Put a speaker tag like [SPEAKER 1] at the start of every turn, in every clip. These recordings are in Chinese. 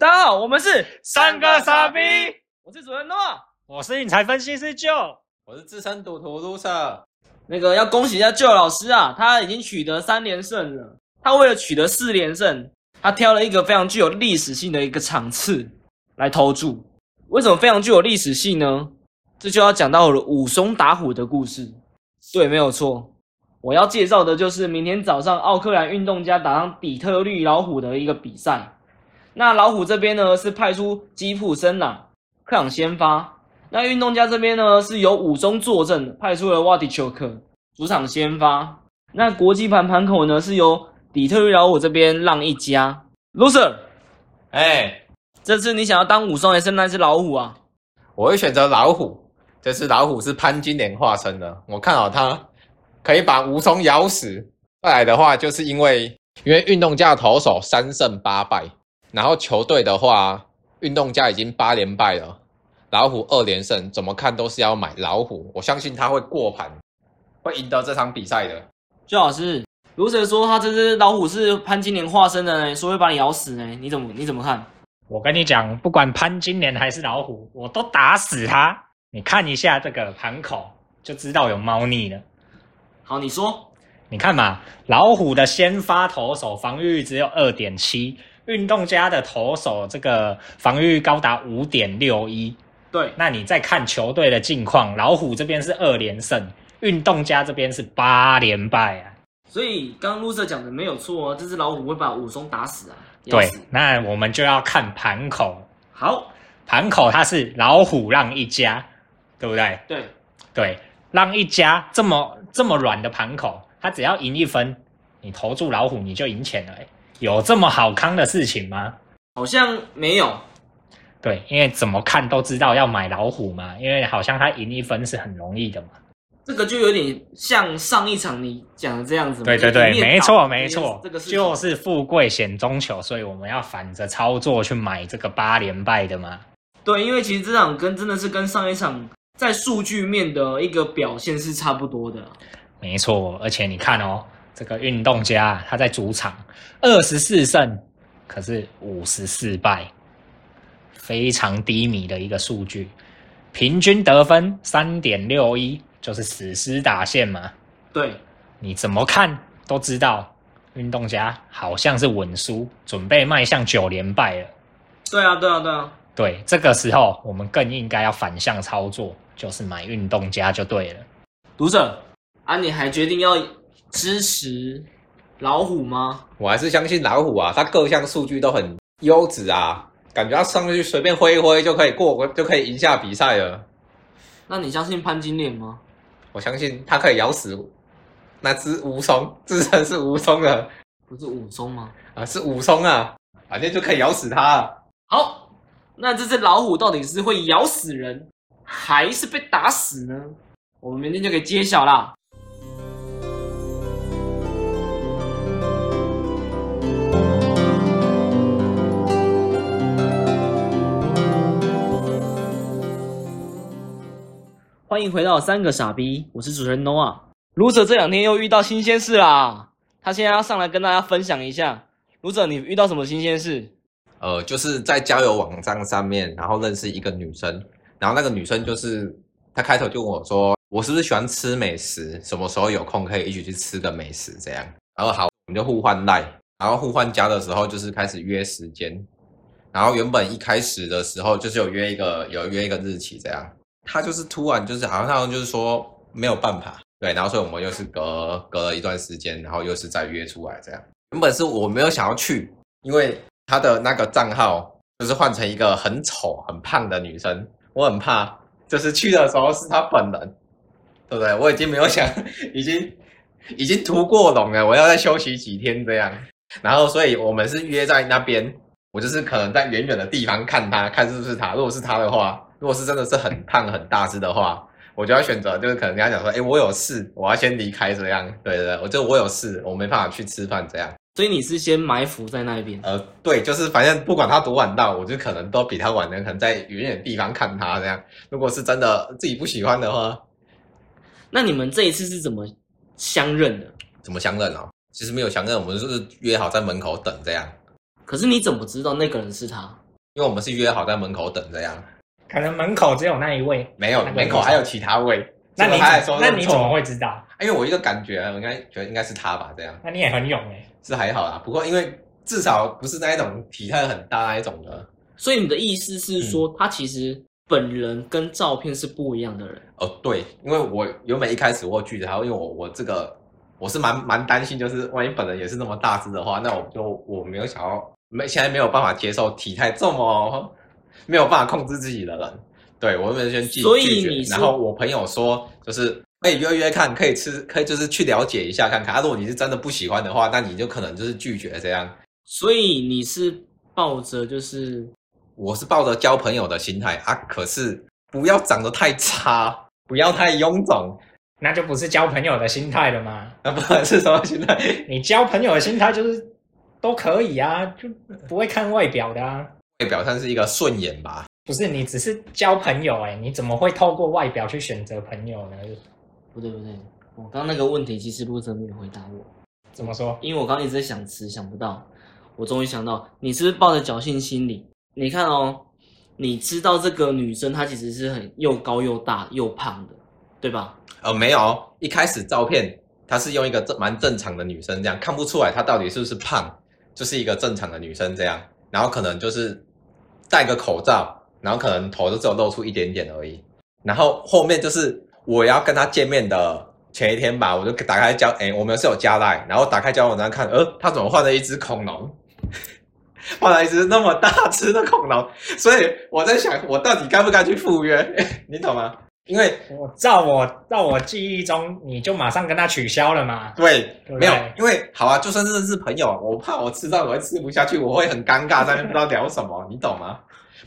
[SPEAKER 1] 好，我们是
[SPEAKER 2] 三个傻逼，
[SPEAKER 1] 我是主人诺。
[SPEAKER 2] 我是理财分析师 Joe。
[SPEAKER 3] 我是资深赌徒 loser，
[SPEAKER 1] 那个要恭喜一下 Joe 老师啊，他已经取得三连胜了。他为了取得四连胜，他挑了一个非常具有历史性的一个场次来投注。为什么非常具有历史性呢？这就要讲到我的武松打虎的故事。对，没有错。我要介绍的就是明天早上奥克兰运动家打上底特律老虎的一个比赛。那老虎这边呢是派出吉普森朗、克朗先发，那运动家这边呢是由武松坐镇，派出了瓦迪丘克主场先发。那国际盘盘口呢是由底特律老虎这边让一家。loser，
[SPEAKER 3] 哎，
[SPEAKER 1] 这次你想要当武松还是那只老虎啊？
[SPEAKER 3] 我会选择老虎，这次老虎是潘金莲化身的，我看好它可以把吴松咬死。再来的话，就是因为因为运动家的投手三胜八败，然后球队的话，运动家已经八连败了，老虎二连胜，怎么看都是要买老虎，我相信他会过盘，会赢得这场比赛的。
[SPEAKER 1] 周老师，loser 说他这只老虎是潘金莲化身的呢，说会把你咬死呢，你怎么你怎么看？
[SPEAKER 2] 我跟你讲，不管潘金莲还是老虎，我都打死他。你看一下这个盘口，就知道有猫腻了。
[SPEAKER 1] 好，你说
[SPEAKER 2] 你看嘛，老虎的先发投手防御只有二点七，运动家的投手这个防御高达五点六一。
[SPEAKER 1] 对，
[SPEAKER 2] 那你再看球队的近况，老虎这边是二连胜，运动家这边是八连败啊。
[SPEAKER 1] 所以刚刚 loser 讲的没有错啊，这只老虎会把武松打死啊，咬
[SPEAKER 2] 对
[SPEAKER 1] 死，
[SPEAKER 2] 那我们就要看盘口，
[SPEAKER 1] 好，
[SPEAKER 2] 盘口它是老虎让一家，对不对？
[SPEAKER 1] 对，
[SPEAKER 2] 对，让一家这么这么软的盘口，它只要赢一分，你投注老虎你就赢钱了、欸，有这么好康的事情吗？
[SPEAKER 1] 好像没有，
[SPEAKER 2] 对，因为怎么看都知道要买老虎嘛，因为好像它赢一分是很容易的嘛。
[SPEAKER 1] 这个就有点像上一场你讲的这样子嘛。
[SPEAKER 2] 对对
[SPEAKER 1] 就一
[SPEAKER 2] 对，
[SPEAKER 1] 面
[SPEAKER 2] 没
[SPEAKER 1] 倒
[SPEAKER 2] 错
[SPEAKER 1] 这件
[SPEAKER 2] 没
[SPEAKER 1] 事
[SPEAKER 2] 错
[SPEAKER 1] 这个，事
[SPEAKER 2] 就
[SPEAKER 1] 情
[SPEAKER 2] 是富贵险中求，所以我们要反着操作去买这个八连败的嘛。
[SPEAKER 1] 对，因为其实这场跟真的是跟上一场在数据面的一个表现是差不多的啊。
[SPEAKER 2] 没错，而且你看哦，这个运动家啊他在主场二十四胜，可是五十四败，非常低迷的一个数据，平均得分三点六一，就是死尸打线嘛。
[SPEAKER 1] 对，
[SPEAKER 2] 你怎么看都知道，运动家好像是稳输，准备迈向九连败了。
[SPEAKER 1] 对啊，对啊，对啊，
[SPEAKER 2] 对，这个时候我们更应该要反向操作，就是买运动家就对了。
[SPEAKER 1] 读者啊，你还决定要支持老虎吗？
[SPEAKER 3] 我还是相信老虎啊，它各项数据都很优质啊，感觉它上去随便挥一挥就可以过，就可以赢下比赛了。
[SPEAKER 1] 那你相信潘金莲吗？
[SPEAKER 3] 我相信它可以咬死那只蜈蚣，自称是蜈蚣的
[SPEAKER 1] 不是武松吗？
[SPEAKER 3] 啊，是蜈蚣啊，反正就可以咬死它啊。
[SPEAKER 1] 好，那这只老虎到底是会咬死人，还是被打死呢？我们明天就可以揭晓啦。欢迎回到三个傻逼，我是主持人 Noah。loser 这两天又遇到新鲜事啦，他现在要上来跟大家分享一下。loser，你遇到什么新鲜事？
[SPEAKER 3] 呃，就是在交友网站上面，然后认识一个女生，然后那个女生就是她开头就问我说，我是不是喜欢吃美食，什么时候有空可以一起去吃个美食这样。然后好，我们就互换赖，然后互换加的时候就是开始约时间，然后原本一开始的时候就是有约一个有约一个日期这样，她就是突然就是好像好像就是说没有办法，对，然后所以我们又是隔隔了一段时间，然后又是再约出来这样。原本是我没有想要去，因为她的那个账号就是换成一个很丑很胖的女生，我很怕，就是去的时候是她本人，对不对？我已经没有想， 已经已经涂过笼了，我要再休息几天这样。然后，所以我们是约在那边，我就是可能在远远的地方看她，看是不是她。如果是她的话，如果是真的是很胖很大只的话，我就要选择，就是可能跟她讲说，哎，我有事，我要先离开这样。对对对，我就我有事，我没办法去吃饭这样。
[SPEAKER 1] 所以你是先埋伏在那边，
[SPEAKER 3] 呃，对，就是反正不管他多晚到，我就可能都比他晚的，可能在远远的地方看他这样。如果是真的自己不喜欢的话，
[SPEAKER 1] 那你们这一次是怎么相认的？
[SPEAKER 3] 怎么相认哦？其实没有相认，我们就是约好在门口等这样。
[SPEAKER 1] 可是你怎么知道那个人是他？
[SPEAKER 3] 因为我们是约好在门口等这样，
[SPEAKER 2] 可能门口只有那一位，
[SPEAKER 3] 没有
[SPEAKER 2] 那个
[SPEAKER 3] 门口还有其他位。
[SPEAKER 2] 那
[SPEAKER 3] 结
[SPEAKER 2] 你
[SPEAKER 3] 果他还说
[SPEAKER 2] 怎那你
[SPEAKER 3] 错
[SPEAKER 2] 怎么会知道？
[SPEAKER 3] 因为我一个感觉，啊我应该觉得应该是他吧，这样
[SPEAKER 2] 那你也很勇哎、
[SPEAKER 3] 是还好啦。不过因为至少不是那一种体态很大那一种的。
[SPEAKER 1] 所以你的意思是说，他其实本人跟照片是不一样的人。
[SPEAKER 3] 哦，对，因为我原本一开始我有拒绝他，因为我我这个我是蛮蛮担心，就是万一本人也是那么大只的话，那我就我没有想要没现在没有办法接受体态这么没有办法控制自己的人。对我原本先拒
[SPEAKER 1] 所以
[SPEAKER 3] 拒
[SPEAKER 1] 你
[SPEAKER 3] 绝，
[SPEAKER 1] 是
[SPEAKER 3] 然后我朋友说就是。可以约约看，可以吃，可以就是去了解一下看看。啊，如果你是真的不喜欢的话，那你就可能就是拒绝这样。
[SPEAKER 1] 所以你是抱着就是
[SPEAKER 3] 我是抱着交朋友的心态啊，可是不要长得太差，不要太臃肿，
[SPEAKER 2] 那就不是交朋友的心态了嘛。
[SPEAKER 3] 啊，不然是什么心态？
[SPEAKER 2] 你交朋友的心态就是都可以啊，就不会看外表的啊。
[SPEAKER 3] 外表上是一个顺眼吧，
[SPEAKER 2] 不是你只是交朋友哎、你怎么会透过外表去选择朋友呢？
[SPEAKER 1] 不对不对，我刚那个问题其实陆哲没有回答我，
[SPEAKER 2] 怎么说？
[SPEAKER 1] 因为我刚刚一直在想词想不到，我终于想到，你是不是抱着侥幸心理？你看哦，你知道这个女生她其实是很又高又大又胖的，对吧？
[SPEAKER 3] 呃，没有，一开始照片她是用一个正蛮正常的女生这样，看不出来她到底是不是胖，就是一个正常的女生这样，然后可能就是戴个口罩，然后可能头就只有露出一点点而已，然后后面就是我要跟她见面的前一天吧，我就打开交，哎、我们是有加赖，然后打开交友站看，呃，她怎么换了一只恐龙？ 换了一只那么大只的恐龙，所以我在想，我到底该不该去赴约？ 你懂吗？因为
[SPEAKER 2] 我照我照我记忆中，你就马上跟他取消了嘛？
[SPEAKER 3] 对，
[SPEAKER 2] 对不对
[SPEAKER 3] 没有，因为好啊，就算认识朋友，我怕我吃到我会吃不下去，我会很尴尬，在那边不知道聊什么，你懂吗？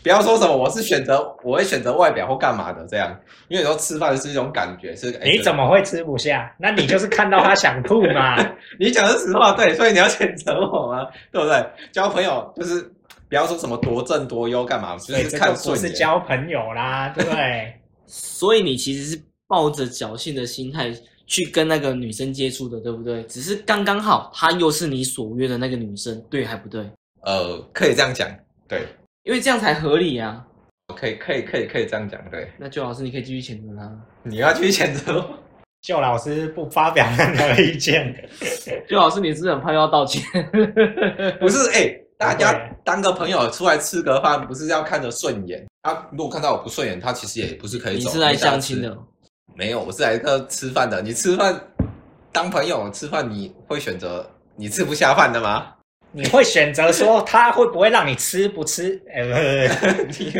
[SPEAKER 3] 不要说什么我是选择，我会选择外表或干嘛的这样，因为有时候吃饭是一种感觉，是哎
[SPEAKER 2] 你怎么会吃不下？那你就是看到他想吐 嘛？
[SPEAKER 3] 你讲的是实话，对，所以你要选择我啊，对不对？交朋友就是不要说什么多正多优干嘛，就
[SPEAKER 2] 对，这
[SPEAKER 3] 是
[SPEAKER 2] 个
[SPEAKER 3] 看
[SPEAKER 2] 不
[SPEAKER 3] 顺
[SPEAKER 2] 是
[SPEAKER 3] 眼。
[SPEAKER 2] 交朋友啦，对不对？
[SPEAKER 1] 所以你其实是抱着侥幸的心态去跟那个女生接触的，对不对？只是刚刚好，她又是你所约的那个女生，对还不对？
[SPEAKER 3] 呃，可以这样讲，对，
[SPEAKER 1] 因为这样才合理啊。
[SPEAKER 3] 可以，可以，可以，可以这样讲，对，
[SPEAKER 1] 那就老师，你可以继续谴责他。
[SPEAKER 3] 你要去选择我。
[SPEAKER 2] 就老师不发表任何意见，
[SPEAKER 1] 就老师，你是不是很怕又要道歉？
[SPEAKER 3] 不是哎、大家
[SPEAKER 2] 对
[SPEAKER 3] 当个朋友出来吃个饭，不是要看着顺眼。他、如果看到我不顺眼，他其实也不是可以
[SPEAKER 1] 你
[SPEAKER 3] 走。
[SPEAKER 1] 是来相亲的
[SPEAKER 3] 没啥吃？？没有，我是来个吃饭的。你吃饭当朋友吃饭，你会选择你吃不下饭的吗？
[SPEAKER 2] 你会选择说他会不会让你吃不吃？呃、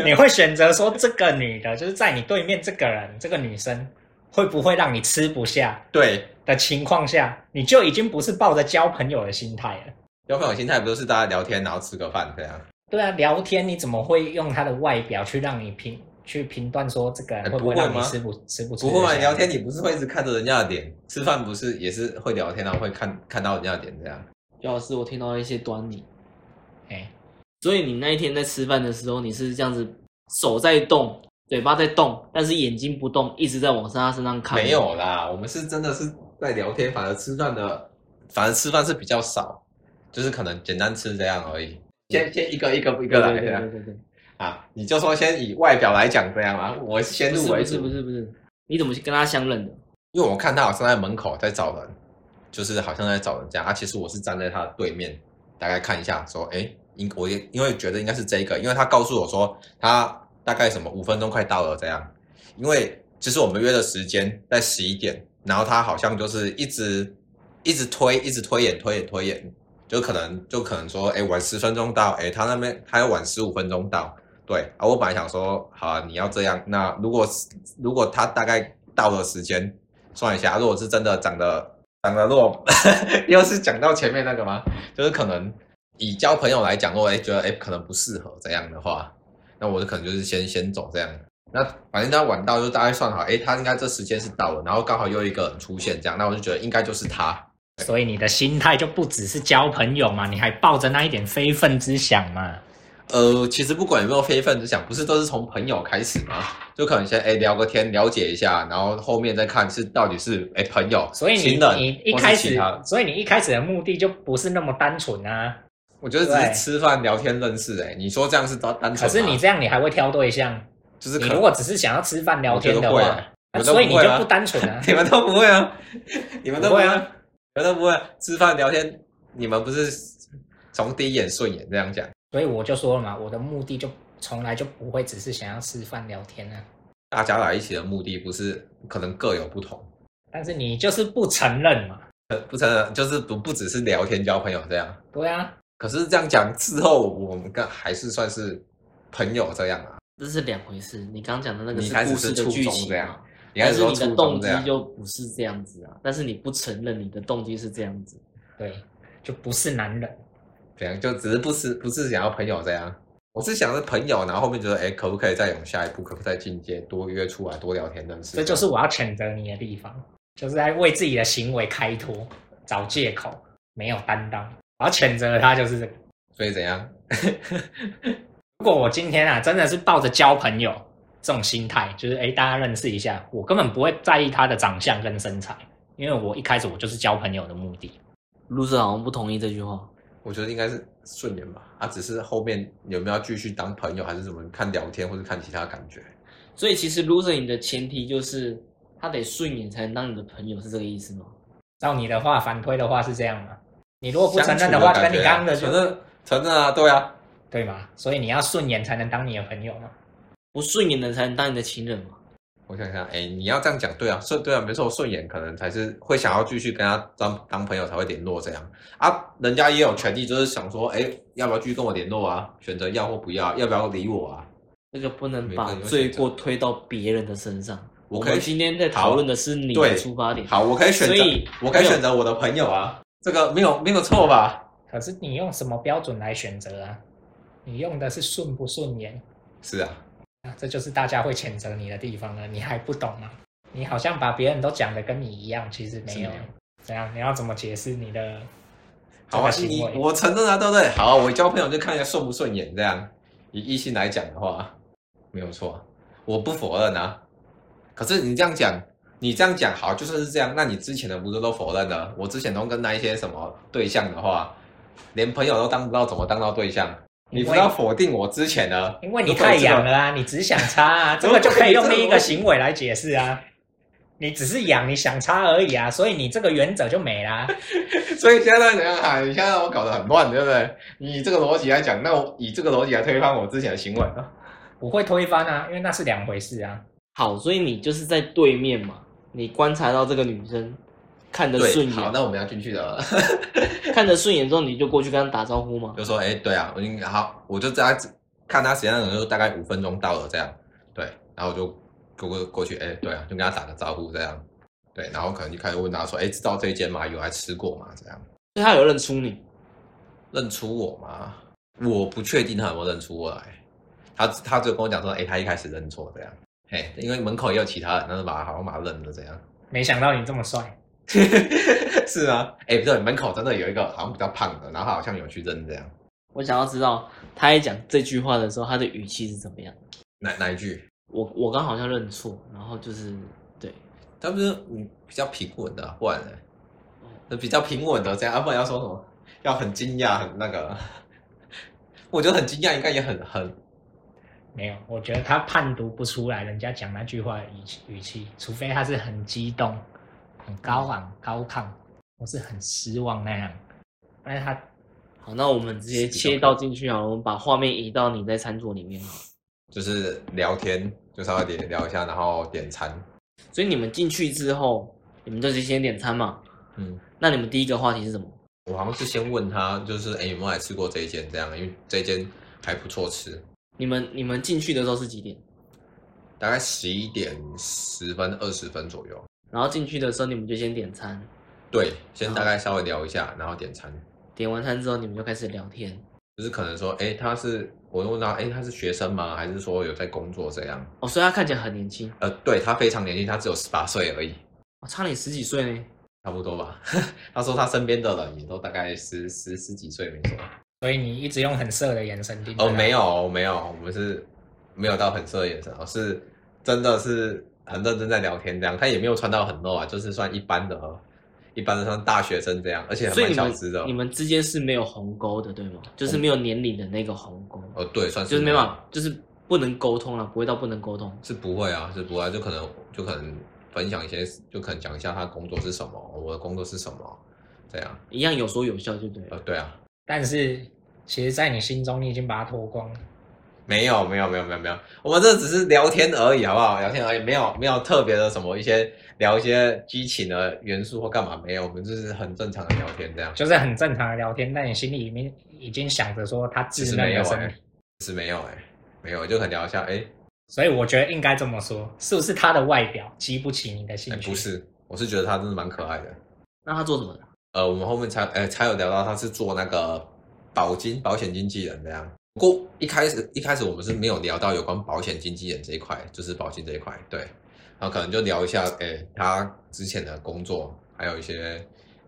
[SPEAKER 2] 你会选择说这个女的，就是在你对面这个人，这个女生会不会让你吃不下
[SPEAKER 3] 对，
[SPEAKER 2] 的情况下，你就已经不是抱着交朋友的心态了。
[SPEAKER 3] 交朋友心态不就是大家聊天然后吃个饭这样？
[SPEAKER 2] 对啊，聊天你怎么会用她的外表去让你评去评断说这个人
[SPEAKER 3] 哎
[SPEAKER 2] 会不会
[SPEAKER 3] 不会
[SPEAKER 2] 让你
[SPEAKER 3] 吗
[SPEAKER 2] 吃不吃不吃
[SPEAKER 3] 不
[SPEAKER 2] 得
[SPEAKER 3] 会嘛，
[SPEAKER 2] 下
[SPEAKER 3] 聊天你不是会一直看着人家的脸，吃饭不是也是会聊天然后会看看到人家的脸这样？
[SPEAKER 1] 就老师，我听到一些端倪。
[SPEAKER 2] 哎，
[SPEAKER 1] 所以你那一天在吃饭的时候，你是这样子，手在动，嘴巴在动，但是眼睛不动，一直在往他身上看。
[SPEAKER 3] 没，有啦，我们是真的是在聊天，反而吃饭的，反而吃饭是比较少，就是可能简单吃这样而已。先先一个一个
[SPEAKER 1] 对
[SPEAKER 3] 一
[SPEAKER 1] 对
[SPEAKER 3] 个来
[SPEAKER 1] 对
[SPEAKER 3] 这
[SPEAKER 1] 对
[SPEAKER 3] 样
[SPEAKER 1] 对对，
[SPEAKER 3] 啊，你就说先以外表来讲这样啊，我是先
[SPEAKER 1] 不
[SPEAKER 3] 入
[SPEAKER 1] 是
[SPEAKER 3] 为
[SPEAKER 1] 不
[SPEAKER 3] 主
[SPEAKER 1] 是，不是不是，你怎么去跟他相认的？
[SPEAKER 3] 因为我看他好像在门口在找人，就是好像在找人家啊，其实我是站在他的对面，大概看一下说，哎，应我也因为觉得应该是这个，因为他告诉我说他大概什么五分钟快到了这样，因为其实我们约的时间在十一点，然后他好像就是一直一直推，一直推演推演推演，就可能就可能说，哎，晚十分钟到，哎，他那边他要晚十五分钟到，对啊，我本来想说，好、啊，你要这样，那如果是如果他大概到了时间，算一下，如果是真的长得长得弱， 又是讲到前面那个吗？就是可能以交朋友来讲，如果哎觉得哎可能不适合这样的话，那我就可能就是先先走这样。那反正他晚到就大概算好，哎，他应该这时间是到了，然后刚好又有一个人出现这样，那我就觉得应该就是他。
[SPEAKER 2] 所以你的心态就不只是交朋友嘛，你还抱着那一点非分之想嘛。
[SPEAKER 3] 呃，其实不管有没有非分之想，不是都是从朋友开始吗？就可能先哎聊个天，了解一下，然后后面再看是到底是哎朋友，
[SPEAKER 2] 所以你
[SPEAKER 3] 情人
[SPEAKER 2] 你一
[SPEAKER 3] 或是
[SPEAKER 2] 开
[SPEAKER 3] 其
[SPEAKER 2] 始
[SPEAKER 3] 他，
[SPEAKER 2] 所以你一开始的目的就不是那么单纯啊。
[SPEAKER 3] 我觉得只
[SPEAKER 2] 对
[SPEAKER 3] 是吃饭聊天认识、哎，你说这样是单单纯吗？
[SPEAKER 2] 可是你这样，你还会挑对象？
[SPEAKER 3] 就是
[SPEAKER 2] 你
[SPEAKER 3] 可
[SPEAKER 2] 如果只是想要吃饭聊天的
[SPEAKER 3] 我
[SPEAKER 2] 话
[SPEAKER 3] 觉得会啊，
[SPEAKER 2] 那
[SPEAKER 3] 我都不
[SPEAKER 2] 所以你
[SPEAKER 3] 会
[SPEAKER 2] 就
[SPEAKER 3] 啊
[SPEAKER 2] 不单纯 啊
[SPEAKER 3] 。你们都不会啊，你们都
[SPEAKER 2] 不会啊
[SPEAKER 3] 啊，你们都不会吃饭聊天，你们不是从第一眼顺眼这样讲？
[SPEAKER 2] 所以我就说了嘛，我的目的就从来就不会只是想要吃饭聊天啊。
[SPEAKER 3] 大家来一起的目的不是可能各有不同，
[SPEAKER 2] 但是你就是不承认嘛。
[SPEAKER 3] 呃不承认就是不不只是聊天交朋友这样。
[SPEAKER 2] 对啊，
[SPEAKER 3] 可是这样讲之后，我们跟还是算是朋友这样啊。
[SPEAKER 1] 这是两回事。你刚讲的那个
[SPEAKER 3] 你
[SPEAKER 1] 是
[SPEAKER 3] 开始
[SPEAKER 1] 故
[SPEAKER 3] 是
[SPEAKER 1] 事的
[SPEAKER 3] 初
[SPEAKER 1] 剧
[SPEAKER 3] 衷
[SPEAKER 1] 情
[SPEAKER 3] 这
[SPEAKER 1] 啊
[SPEAKER 3] 样，你开
[SPEAKER 1] 但是
[SPEAKER 3] 始说
[SPEAKER 1] 你的
[SPEAKER 3] 初
[SPEAKER 1] 动
[SPEAKER 3] 中
[SPEAKER 1] 机
[SPEAKER 3] 这样，
[SPEAKER 1] 就不是这样子啊。但是你不承认你的动机是这样子，
[SPEAKER 2] 对，就不是男人。
[SPEAKER 3] 怎样就只是不是不是想要朋友这样。我是想着朋友，然后后面觉得，哎，可不可以再有下一步？可不可以再进阶，多约出来，多聊天认识？
[SPEAKER 2] 这就是我要谴责你的地方，就是在为自己的行为开脱，找借口，没有担当。我要谴责他就是这个。
[SPEAKER 3] 所以怎样？
[SPEAKER 2] 如果我今天啊，真的是抱着交朋友这种心态，就是哎，诶大家认识一下，我根本不会在意他的长相跟身材，因为我一开始我就是交朋友的目的。
[SPEAKER 1] 卢子好像不同意这句话。
[SPEAKER 3] 我觉得应该是顺眼吧，啊，只是后面有没有要继续当朋友，还是怎么看聊天，或者看其他感觉。
[SPEAKER 1] 所以其实 loser 你的前提就是他得顺眼才能当你的朋友，是这个意思吗？照
[SPEAKER 2] 照你的话反推的话是这样吗？你如果不承认
[SPEAKER 3] 相处
[SPEAKER 2] 的
[SPEAKER 3] 的
[SPEAKER 2] 话，
[SPEAKER 3] 感觉啊
[SPEAKER 2] 跟你刚刚的就
[SPEAKER 3] 承认承认啊，对啊，
[SPEAKER 2] 对嘛，所以你要顺眼才能当你的朋友嘛。
[SPEAKER 1] 不顺眼的才能当你的情人嘛？
[SPEAKER 3] 我想想，哎、你要这样讲，对啊，顺对啊，没错，顺眼可能才是会想要继续跟他当当朋友才会联络这样啊，人家也有权利，就是想说，哎、要不要继续跟我联络啊？选择要或不要，要不要理我啊？
[SPEAKER 1] 这个不能
[SPEAKER 3] 每个
[SPEAKER 1] 把
[SPEAKER 3] 人有
[SPEAKER 1] 罪
[SPEAKER 3] 选择
[SPEAKER 1] 过推到别人的身上。
[SPEAKER 3] 我
[SPEAKER 1] 我
[SPEAKER 3] 可以
[SPEAKER 1] 们今天在讨论的是你的
[SPEAKER 3] 对
[SPEAKER 1] 出发点。
[SPEAKER 3] 好，我可以选择
[SPEAKER 1] 所以，
[SPEAKER 3] 我可以
[SPEAKER 1] 没有
[SPEAKER 3] 选择我的朋友啊，这个没有没有错吧？
[SPEAKER 2] 可是你用什么标准来选择啊？你用的是顺不顺眼
[SPEAKER 3] 是啊，
[SPEAKER 2] 啊？这就是大家会谴责你的地方了。你还不懂吗？你好像把别人都讲的跟你一样，其实
[SPEAKER 3] 是
[SPEAKER 2] 没
[SPEAKER 3] 没
[SPEAKER 2] 有
[SPEAKER 3] 有。
[SPEAKER 2] 怎样？你要怎么解释你的这
[SPEAKER 3] 好啊，
[SPEAKER 2] 个
[SPEAKER 3] 是
[SPEAKER 2] 行
[SPEAKER 3] 你
[SPEAKER 2] 为？
[SPEAKER 3] 我承认啊，对不对？好啊，我交朋友就看一下顺不顺眼这样。以异性来讲的话，没有错，我不否认啊。可是你这样讲，你这样讲好，就算是这样，那你之前的不是都否认了？我之前都跟那一些什么对象的话，连朋友都当不到，怎么当到对象？你
[SPEAKER 2] 因为
[SPEAKER 3] 不要否定我之前的，
[SPEAKER 2] 因为你太痒了啊，你只想插 啊，这个就可以用另一个行为来解释啊。你只是痒，你想插而已啊，所以你这个原则就没啦。
[SPEAKER 3] 所以现在怎样啊？你现在让我搞得很乱，对不对？你以这个逻辑来讲，那我以这个逻辑来推翻我之前的行为啊。
[SPEAKER 2] 我会推翻啊，因为那是两回事啊。
[SPEAKER 1] 好，所以你就是在对面嘛，你观察到这个女生看得顺
[SPEAKER 3] 对，好，
[SPEAKER 1] 眼，
[SPEAKER 3] 那我们要进去了。
[SPEAKER 1] 看得顺眼之后，你就过去跟她打招呼嘛。
[SPEAKER 3] 就说哎、对啊，我已经好，我就在看他时间，可能就大概五分钟到了这样，对，然后我就过过过去，哎、对啊，就跟他打个招呼这样，对，然后可能就开始问他说，哎、知道这一间吗？有来吃过吗？这样
[SPEAKER 1] 所以她有认出你，
[SPEAKER 3] 认出我吗？我不确定他有没有认出我来，他他就跟我讲说，哎、他一开始认错这样，哎，因为门口也有其他人，但是把他好像把他认了这样。
[SPEAKER 2] 没想到你这么帅，
[SPEAKER 3] 是啊，哎、不对，门口真的有一个好像比较胖的，然后他好像有去认这样，
[SPEAKER 1] 我想要知道她在讲这句话的时候，她的语气是怎么样。
[SPEAKER 3] 哪哪一句？
[SPEAKER 1] 我我刚好像认错，然后就是对，
[SPEAKER 3] 他不是嗯比较平稳的啊、不然呢？比较平稳的这样，啊、不然要说什么？要很惊讶，很那个。 我觉得很惊讶，应该也很很
[SPEAKER 2] 没有，我觉得他判读不出来人家讲那句话的语气语气，除非他是很激动、很高昂、高亢，或是很失望那样。但是他
[SPEAKER 1] 好，那我们直接切到进去啊，我们把画面移到你在餐桌里面好了。
[SPEAKER 3] 就是聊天，就稍微点聊一下，然后点餐。
[SPEAKER 1] 所以你们进去之后，你们就是先点餐嘛。
[SPEAKER 3] 嗯，
[SPEAKER 1] 那你们第一个话题是什么？
[SPEAKER 3] 我好像是先问他，就是哎、诶有没有来吃过这一间这样？因为这一间还不错吃，
[SPEAKER 1] 你们你们进去的时候是几点？
[SPEAKER 3] 大概十一点十分二十分左右。
[SPEAKER 1] 然后进去的时候你们就先点餐，
[SPEAKER 3] 对，先大概稍微聊一下，然后点餐。
[SPEAKER 1] 点完餐之后你们就开始聊天。
[SPEAKER 3] 就是可能说，哎、他是我问他，哎、他是学生吗？还是说有在工作这样？
[SPEAKER 1] 哦，所以他看起来很年轻，
[SPEAKER 3] 呃，对他非常年轻，他只有十八岁而已，
[SPEAKER 1] 哦、差你十几岁呢。
[SPEAKER 3] 差不多吧。 他说他身边的人也都大概十十十几岁，没错。
[SPEAKER 2] 所以你一直用很色的眼神盯着
[SPEAKER 1] 啊
[SPEAKER 3] 哦，
[SPEAKER 2] 他
[SPEAKER 3] 没，有没有，我们是没有到很色的眼神，而哦是真的是很认真在聊天这样。他也没有穿到很露啊，就是算一般的，一般都像大学生这样，而且还
[SPEAKER 1] 所以
[SPEAKER 3] 蛮
[SPEAKER 1] 你
[SPEAKER 3] 小
[SPEAKER 1] 们
[SPEAKER 3] 资的哦
[SPEAKER 1] 你。们之间是没有鸿沟的，对吗？就是没有年龄的那个鸿沟，
[SPEAKER 3] 哦，对，算是
[SPEAKER 1] 就是没
[SPEAKER 3] 那
[SPEAKER 1] 办
[SPEAKER 3] 样
[SPEAKER 1] 法，就是不能沟通了，不会到不能沟通。
[SPEAKER 3] 是不会啊，是不会、啊，就可能就可能分享一些，就可能讲一下他工作是什么，我的工作是什么，这样。
[SPEAKER 1] 一样有说有笑就对了。
[SPEAKER 3] 呃，对啊，
[SPEAKER 2] 但是其实，在你心中，你已经把它脱光了。
[SPEAKER 3] 没有没有没有没有没有，我们这只是聊天而已，好不好？聊天而已，没有没有特别的什么一些聊一些激情的元素或干嘛，没有，我们就是很正常的聊天这样。
[SPEAKER 2] 就是很正常的聊天，但你心里里面已经想着说他
[SPEAKER 3] 其
[SPEAKER 2] 稚
[SPEAKER 3] 实
[SPEAKER 2] 嫩
[SPEAKER 3] 没有
[SPEAKER 2] 的身
[SPEAKER 3] 哎、
[SPEAKER 2] 体，
[SPEAKER 3] 其实没有哎、没有，就可能聊一下，哎、
[SPEAKER 2] 所以我觉得应该这么说，是不是他的外表激不起你的
[SPEAKER 3] 哎
[SPEAKER 2] 兴趣？
[SPEAKER 3] 不，是，我是觉得他真的蛮可爱的。
[SPEAKER 1] 那他做什么的？啊
[SPEAKER 3] 呃，我们后面才呃才有聊到他是做那个保金保险经纪人这样。不过一开始一开始我们是没有聊到有关保险经纪人这一块，就是保金这一块，对。然后可能就聊一下，诶、他之前的工作，还有一些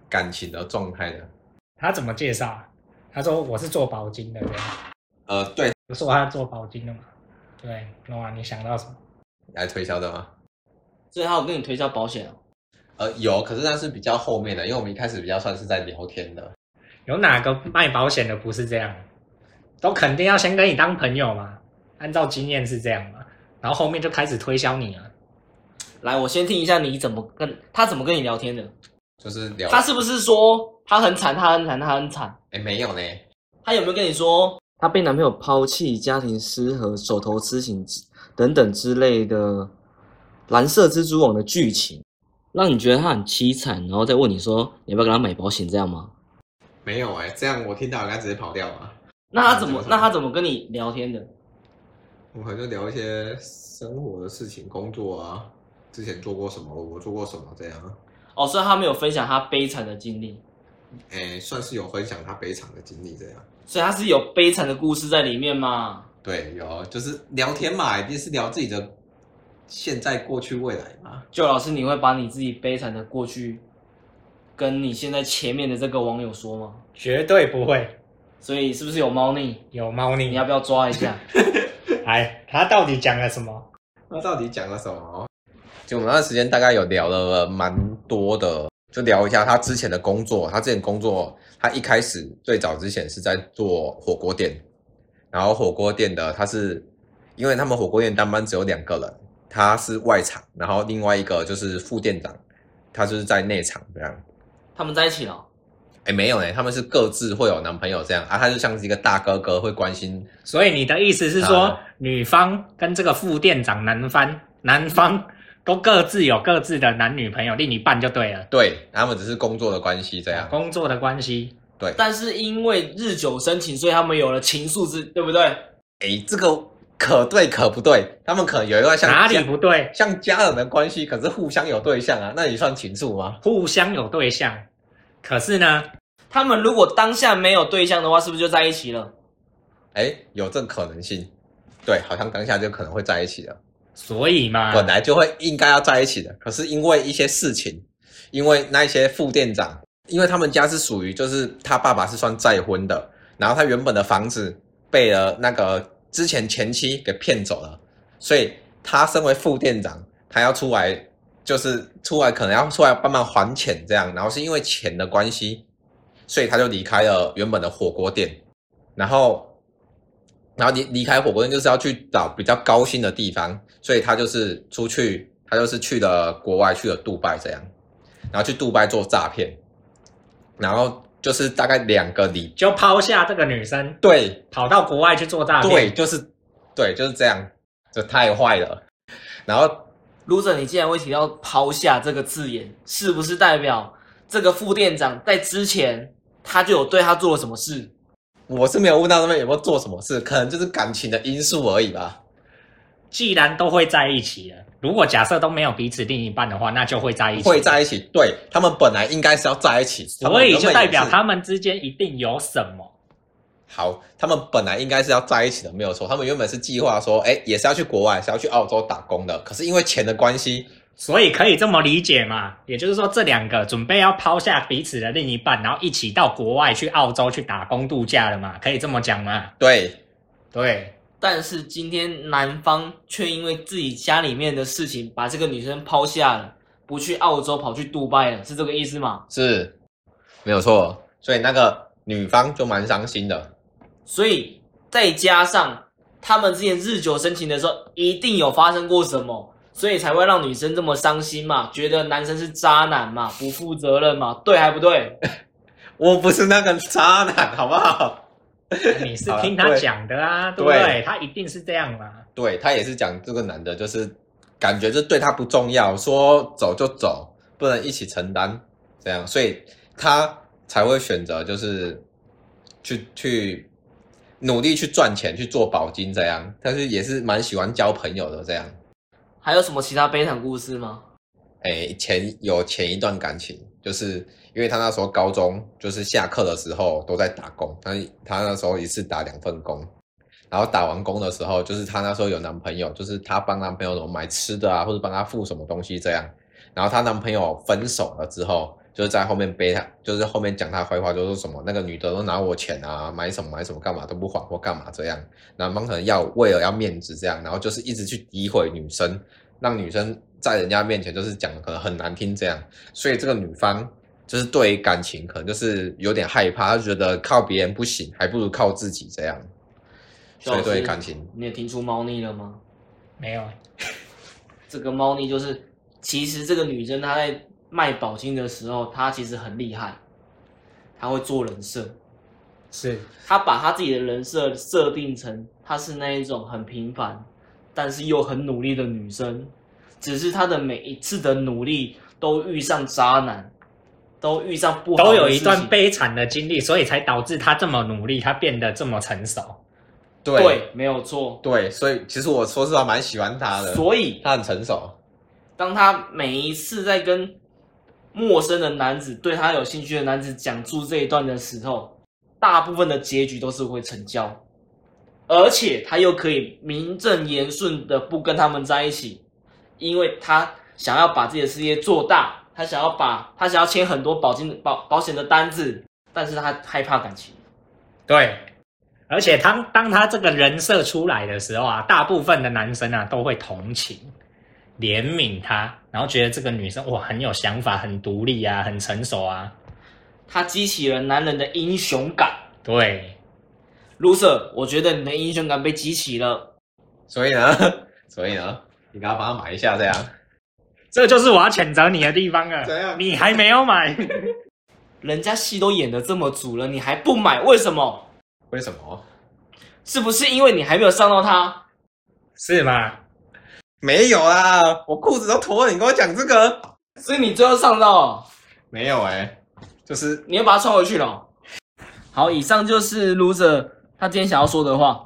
[SPEAKER 3] 感情的状态的。
[SPEAKER 2] 他怎么介绍啊？他说我是做保金的人，
[SPEAKER 3] 呃，对，
[SPEAKER 2] 不是我他做保金的嘛？对，诺啊，你想到什么？
[SPEAKER 3] 来推销的吗？
[SPEAKER 1] 所以他有跟你推销保险哦。
[SPEAKER 3] 呃，有，可是那是比较后面的，因为我们一开始比较算是在聊天的。
[SPEAKER 2] 有哪个卖保险的不是这样？都肯定要先跟你当朋友嘛，按照经验是这样嘛，然后后面就开始推销你了。
[SPEAKER 1] 来，我先听一下你怎么跟他怎么跟你聊天的。
[SPEAKER 3] 就是聊，
[SPEAKER 1] 他是不是说他很惨，他很惨，他很惨？
[SPEAKER 3] 哎、没有呢，
[SPEAKER 1] 他有没有跟你说？
[SPEAKER 4] 她被男朋友抛弃、家庭失和、手头痴情之呃等等之类的蓝色蜘蛛网的剧情，让你觉得她很凄惨，然后再问你说你要不要给她买保险，这样吗？
[SPEAKER 3] 没有哎、这样我听到我该直接跑掉了。
[SPEAKER 1] 那他怎么
[SPEAKER 3] 嗯？
[SPEAKER 1] 那他怎么跟你聊天的？
[SPEAKER 3] 我们可能就聊一些生活的事情、工作啊，之前做过什么，我做过什么这样。
[SPEAKER 1] 哦，所以他没有分享他悲惨的经历，
[SPEAKER 3] 哎，算是有分享他悲惨的经历这样。
[SPEAKER 1] 所以他是有悲惨的故事在里面嘛？
[SPEAKER 3] 对，有就是聊天嘛，一定是聊自己的现在、过去、未来嘛。
[SPEAKER 1] 就老师，你会把你自己悲惨的过去跟你现在前面的这个网友说吗？
[SPEAKER 2] 绝对不会
[SPEAKER 1] 所以是不是有猫腻？
[SPEAKER 2] 有猫腻。
[SPEAKER 1] 你要不要抓一下？
[SPEAKER 2] 哎，他到底讲了什么？
[SPEAKER 3] 那到底讲了什么？就我们那段时间大概有聊了蛮多的，就聊一下他之前的工作。他之前工作，他一开始最早之前是在做火锅店，然后火锅店的他是，因为他们火锅店单班只有两个人，他是外场，然后另外一个就是副店长，他就是在内场这样。
[SPEAKER 1] 他们在一起了哦，
[SPEAKER 3] 哎，没有呢，他们是各自会有男朋友这样啊，他就像是一个大哥哥，会关心
[SPEAKER 2] 所以你的意思是说，
[SPEAKER 3] 啊
[SPEAKER 2] 女方跟这个副店长男方，男方 都各自有各自的男女朋友，另一半就对了。
[SPEAKER 3] 对，啊他们只是工作的关系这样，
[SPEAKER 2] 工作的关系，
[SPEAKER 3] 对，
[SPEAKER 1] 但是因为日久生情，所以他们有了情愫之，对不对？
[SPEAKER 3] 哎，这个可对可不对，他们可能有一段像
[SPEAKER 2] 哪
[SPEAKER 3] 家
[SPEAKER 2] 里不对？
[SPEAKER 3] 像家人的关系，可是互相有对象啊，那你算情愫吗？
[SPEAKER 2] 互相有对象，可是呢，
[SPEAKER 1] 他们如果当下没有对象的话，是不是就在一起了？
[SPEAKER 3] 哎，有这可能性，对，好像当下就可能会在一起了，
[SPEAKER 2] 所以嘛，
[SPEAKER 3] 本来就会应该要在一起的，可是因为一些事情，因为那一些副店长，因为他们家是属于就是他爸爸是算再婚的，然后他原本的房子被了那个之前前妻给骗走了，所以他身为副店长，他要出来就是出来可能要出来帮忙还钱这样，然后是因为钱的关系，所以他就离开了原本的火锅店，然后然后离离开火锅店就是要去找比较高薪的地方，所以他就是出去，他就是去了国外，去了杜拜这样，然后去杜拜做诈骗，然后就是大概两个礼，
[SPEAKER 2] 就抛下这个女生，
[SPEAKER 3] 对，
[SPEAKER 2] 跑到国外去做诈骗。
[SPEAKER 3] 对，，就是对，就是这样，这太坏了。然后
[SPEAKER 1] loser，你既然会提到抛下这个字眼，是不是代表这个副店长在之前他就有对他做了什么事？
[SPEAKER 3] 我是没有问到他们有没有做什么事，可能就是感情的因素而已吧。
[SPEAKER 2] 既然都会在一起了，如果假设都没有彼此另一半的话，那就会在一起。
[SPEAKER 3] 会在一起，对他们本来应该是要在一起，他们
[SPEAKER 2] 所以
[SPEAKER 3] 原
[SPEAKER 2] 就
[SPEAKER 3] 本
[SPEAKER 2] 代
[SPEAKER 3] 也
[SPEAKER 2] 表
[SPEAKER 3] 是
[SPEAKER 2] 他们之间一定有什么。
[SPEAKER 3] 好，他们本来应该是要在一起的，没有错。他们原本是计划说，哎，也是要去国外，是要去澳洲打工的。可是因为钱的关系，
[SPEAKER 2] 所以可以这么理解嘛？也就是说，这两个准备要抛下彼此的另一半，然后一起到国外去澳洲去打工度假了嘛？可以这么讲嘛？
[SPEAKER 3] 对，
[SPEAKER 2] 对，
[SPEAKER 1] 但是今天男方却因为自己家里面的事情把这个女生抛下了，不去澳洲，跑去杜拜了，是这个意思吗？
[SPEAKER 3] 是，没有错。所以那个女方就蛮伤心的，
[SPEAKER 1] 所以再加上他们之前日久生情的时候，一定有发生过什么，所以才会让女生这么伤心嘛，觉得男生是渣男嘛，不负责任嘛，对还不对？
[SPEAKER 3] 我不是那个渣男，好不好？
[SPEAKER 2] 你是
[SPEAKER 3] 好啦
[SPEAKER 2] 听他
[SPEAKER 3] 对
[SPEAKER 2] 讲的啊，对不
[SPEAKER 3] 对
[SPEAKER 2] 对？他一定是这样啦。
[SPEAKER 3] 对他也是讲这个男的，就是感觉就对他不重要，说走就走，不能一起承担这样，所以他才会选择就是去去努力去赚钱去做保金这样，但是也是蛮喜欢交朋友的这样。
[SPEAKER 1] 还有什么其他悲惨故事吗？
[SPEAKER 3] 诶，前有前一段感情，就是因为他那时候高中，就是下课的时候都在打工，他他那时候一次打两份工，然后打完工的时候，就是他那时候有男朋友，就是她帮男朋友买吃的啊，或者帮他付什么东西这样，然后她男朋友分手了之后，就是在后面背她，就是后面讲她坏话，就是什么那个女的都拿我钱啊，买什么买什么干嘛都不还或干嘛这样，男方可能要为了要面子这样，然后就是一直去诋毁女生，让女生在人家面前就是讲得可能很难听这样，所以这个女方就是对于感情可能就是有点害怕，她觉得靠别人不行，还不如靠自己这样，所以对于感情，
[SPEAKER 1] 你也听出猫腻了吗？
[SPEAKER 2] 没有，
[SPEAKER 1] 这个猫腻就是，其实这个女生她在卖保金的时候，她其实很厉害，她会做人设，
[SPEAKER 2] 是
[SPEAKER 1] 她把她自己的人设设定成她是那一种很平凡，但是又很努力的女生，只是她的每一次的努力都遇上渣男，都遇上不好的
[SPEAKER 2] 都有一
[SPEAKER 1] 事
[SPEAKER 2] 段
[SPEAKER 1] 情
[SPEAKER 2] 悲惨的经历，所以才导致他这么努力，他变得这么成熟。
[SPEAKER 3] 对
[SPEAKER 1] 对，没有错。
[SPEAKER 3] 对，所以其实我说实话蛮喜欢
[SPEAKER 2] 啊
[SPEAKER 3] 她的，
[SPEAKER 1] 所以
[SPEAKER 3] 她很成熟，
[SPEAKER 1] 当他每一次在跟陌生的男子、对他有兴趣的男子讲述这一段的时候，大部分的结局都是会成交，而且他又可以名正言顺的不跟他们在一起，因为他想要把自己的事业做大，他想要把他想要签很多保金保保险的单子，但是他害怕感情，
[SPEAKER 2] 对，而且他当他这个人设出来的时候啊，大部分的男生啊都会同情、怜悯他，然后觉得这个女生哇很有想法、很独立啊、很成熟啊。
[SPEAKER 1] 他激起了男人的英雄感。
[SPEAKER 2] 对，
[SPEAKER 1] loser，我觉得你的英雄感被激起了。
[SPEAKER 3] 所以呢， 所以呢，你给她帮她买一下这样，
[SPEAKER 2] 这就是我要谴责你的地方了。
[SPEAKER 3] 怎样
[SPEAKER 2] 你还没 有买？
[SPEAKER 1] 人家戏都演得这么足了，你还不买，为什么？
[SPEAKER 3] 为什么？
[SPEAKER 1] 是不是因为你还没有上到他？
[SPEAKER 2] 是吗？
[SPEAKER 3] 没有啦，我裤子都脱了，你跟我讲这个？
[SPEAKER 1] 所以你最后上到了，
[SPEAKER 3] 没有哎、就是
[SPEAKER 1] 你要把他穿回去了哦。好，以上就是 loser 他今天想要说的话。